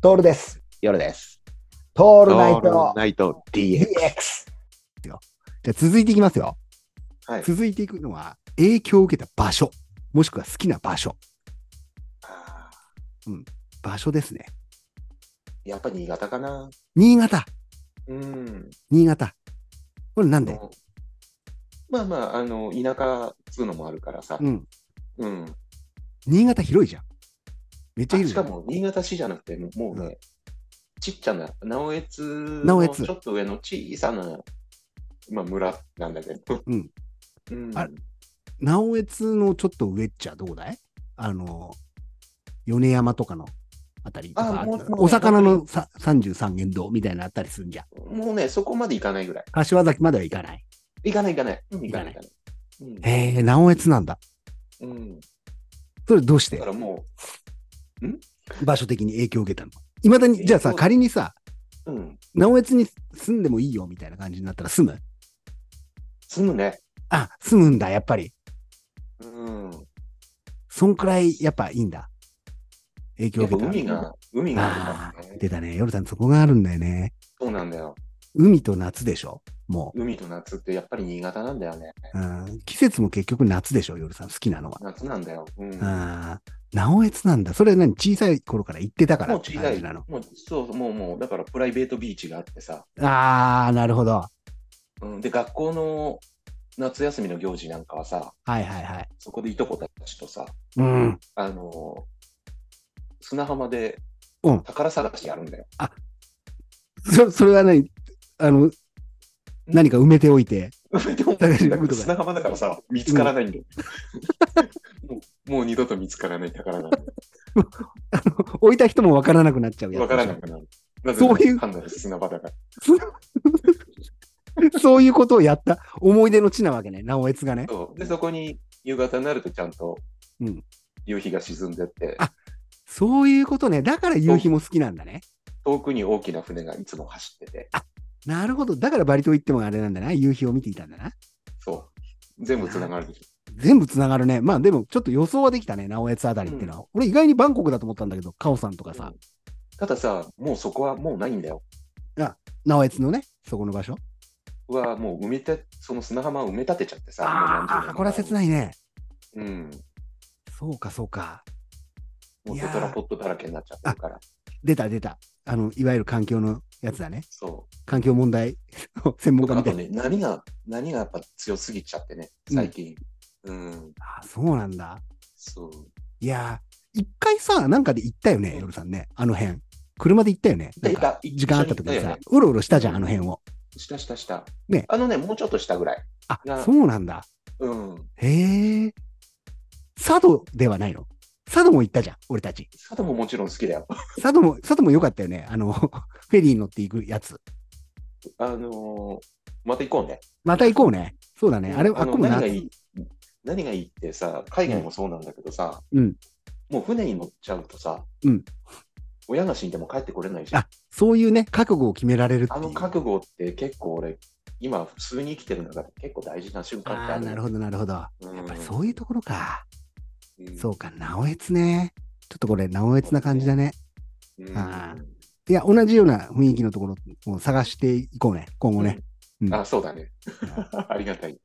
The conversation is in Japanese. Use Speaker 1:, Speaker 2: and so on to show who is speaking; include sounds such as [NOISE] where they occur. Speaker 1: トールです。
Speaker 2: 夜です。
Speaker 1: ト
Speaker 2: オ
Speaker 1: ールナイト
Speaker 2: ナイト DX。
Speaker 1: DX。
Speaker 3: じゃあ続いていきますよ。
Speaker 2: はい
Speaker 3: 続いていくのは、影響を受けた場所、もしくは好きな場所、
Speaker 2: あ
Speaker 3: 場所ですね。
Speaker 2: ーやっぱ新潟かな。
Speaker 3: 新潟、
Speaker 2: うん。
Speaker 3: 新潟。これなんで
Speaker 2: まあまあ、あの、田舎っつうのもあるからさ。
Speaker 3: うん。
Speaker 2: うん。
Speaker 3: 新潟広いじゃん。めっちゃ
Speaker 2: あ
Speaker 3: 広い
Speaker 2: し
Speaker 3: じゃ
Speaker 2: か
Speaker 3: ん。
Speaker 2: も、新潟市じゃなくて、もうね、ちっちゃな、直江津
Speaker 3: 直
Speaker 2: の
Speaker 3: 江津
Speaker 2: ちょっと上の小さな、まあ、村なんだけど。
Speaker 3: うん。
Speaker 2: うん、
Speaker 3: あ直江津のちょっと上っちゃどうだいあの、米山とかのあたりとか
Speaker 2: あもうもう
Speaker 3: お魚のさ33元堂みたいなのあったりするんじゃん。
Speaker 2: もうね、そこまで行かないぐらい。
Speaker 3: 柏崎までは行かない。
Speaker 2: 行かない行かない。うん行
Speaker 3: かな
Speaker 2: かないい行かない。
Speaker 3: へえ、直江津なんだ。
Speaker 2: うん。うん、
Speaker 3: それどうして
Speaker 2: だからも
Speaker 3: 場所的に影響を受けたのいまだに、じゃあさ、
Speaker 2: 影響
Speaker 3: 仮にさ、
Speaker 2: う、うん。
Speaker 3: 直江津に住んでもいいよみたいな感じになったら住む
Speaker 2: 住むね。
Speaker 3: あ、住むんだ、やっぱり。
Speaker 2: うん。
Speaker 3: そんくらい、やっぱいいんだ。影響を
Speaker 2: やっぱ
Speaker 3: 受けた。
Speaker 2: 海が、海が
Speaker 3: あ
Speaker 2: あるから
Speaker 3: ー
Speaker 2: ね。
Speaker 3: 出たね。夜さん、そこがあるんだよね。
Speaker 2: そうなんだよ。
Speaker 3: 海と夏でしょも
Speaker 2: 海と夏ってやっぱり新潟なんだよね。
Speaker 3: う。うん、季節も結局夏でしょ夜さん、好きなのは。
Speaker 2: 夏なんだよ。うん。
Speaker 3: あー直江津なんだ。それは何小さい頃から行ってたから
Speaker 2: も
Speaker 3: っ
Speaker 2: う
Speaker 3: て
Speaker 2: 小さ
Speaker 3: 感
Speaker 2: い。
Speaker 3: じなの。
Speaker 2: もう、そう、もう、もう、だからプライベートビーチがあってさ。
Speaker 3: ああ、なるほど。は
Speaker 2: うん。で、学校の夏休みの行事なんかはさ、
Speaker 3: いはいはい。
Speaker 2: そこでいとこたちとさ、
Speaker 3: うん。
Speaker 2: あのー砂浜で
Speaker 3: うん
Speaker 2: 宝探しやるんだよ。 [LAUGHS]
Speaker 3: そそれは何あの、何か埋めておいて。
Speaker 2: でも
Speaker 3: 宝に行くとか
Speaker 2: 砂浜だからさ、見つからないんだよ。 [LAUGHS] もうもう二度と見つからない宝なんだよ
Speaker 3: あの置いた人もわからなくなっちゃうやつ。
Speaker 2: わからな。くなる。なぜ
Speaker 3: そういう
Speaker 2: 判断です砂場だから。
Speaker 3: [LAUGHS] そういうことをやった思い出の地なわけね。直江津がね。
Speaker 2: そうで、そこに夕方になるとちゃんと
Speaker 3: うん
Speaker 2: 夕日が沈んでって、
Speaker 3: あそういうことね。だから夕日も好きなんだね。
Speaker 2: 遠くに大きな船がいつも走ってて、
Speaker 3: なるほど。だからバリ島行ってもあれなんだな。夕日を見ていたんだな。
Speaker 2: そう。全部つながるでし
Speaker 3: 全部つながるね。まあでもちょっと予想はできたね。直江津あたりっていうのは。俺意外にバンコクだと思ったんだけど、カオさんとか
Speaker 2: ょ。
Speaker 3: さ、
Speaker 2: たださ、もうそこはもうないんだよ。
Speaker 3: 直江津のね、そこの場所。
Speaker 2: はもう埋めて、その砂浜を埋め立てちゃってさ、もう何十年も
Speaker 3: ああ、これは切ないね。
Speaker 2: うん。
Speaker 3: そうか、そうか。
Speaker 2: もう
Speaker 3: い
Speaker 2: テ
Speaker 3: やー
Speaker 2: トラポットだらけになっちゃってるから。
Speaker 3: 出た、出た。あの、いわゆる環境のやつだね。
Speaker 2: そ
Speaker 3: 環境問題 [LAUGHS] 専門
Speaker 2: う。
Speaker 3: 家
Speaker 2: あ
Speaker 3: みた
Speaker 2: と
Speaker 3: いな。
Speaker 2: ね、波が、波がやっぱ強すぎちゃってね、最近。うん。
Speaker 3: あそうなんだ。
Speaker 2: そう。
Speaker 3: いやー、一回さ、なんかで行ったよね、夜さんね。あの辺。車で行ったよね。なんか
Speaker 2: 行った行った
Speaker 3: 時間あった時に
Speaker 2: 一緒に行
Speaker 3: さ
Speaker 2: ったよね、
Speaker 3: うろうろしたじゃん、あの辺を。
Speaker 2: 下下下。
Speaker 3: ね
Speaker 2: あのね、もうちょっと下ぐらい。
Speaker 3: あ
Speaker 2: い、や
Speaker 3: そうなんだ。
Speaker 2: うん。
Speaker 3: へえ。佐渡ではないの佐渡も行ったじゃん、俺たち。
Speaker 2: 佐渡ももちろん好きだよ。
Speaker 3: 佐渡も、佐渡も良かったよね。あの、 [LAUGHS] フェリーに乗っていくやつ。
Speaker 2: あのーまた行こうね。
Speaker 3: また行こうね。そうだね。あれ、あっ
Speaker 2: の
Speaker 3: こも
Speaker 2: 何
Speaker 3: 夏
Speaker 2: がいい何がいいってさ、海外もそうなんだけどさ、
Speaker 3: うん
Speaker 2: もう船に乗っちゃうとさ、
Speaker 3: うん
Speaker 2: 親が死んでも帰ってこれないじゃん。
Speaker 3: あ、そういうね、覚悟を決められるってい
Speaker 2: あ
Speaker 3: う。
Speaker 2: の覚悟って結構俺、今普通に生きてる中で結構大事な瞬間って
Speaker 3: あ
Speaker 2: あ
Speaker 3: あ、
Speaker 2: る。
Speaker 3: なるほど、なるほど。や
Speaker 2: うん
Speaker 3: っぱりそういうところか。
Speaker 2: うん
Speaker 3: そうか、直江津ね。ちょっとこれ、直江津な感じだね。
Speaker 2: うん
Speaker 3: あいや、同じような雰囲気のところを探していこうね、今後ね。うん
Speaker 2: [LAUGHS] あ、そうだね。ありがたい。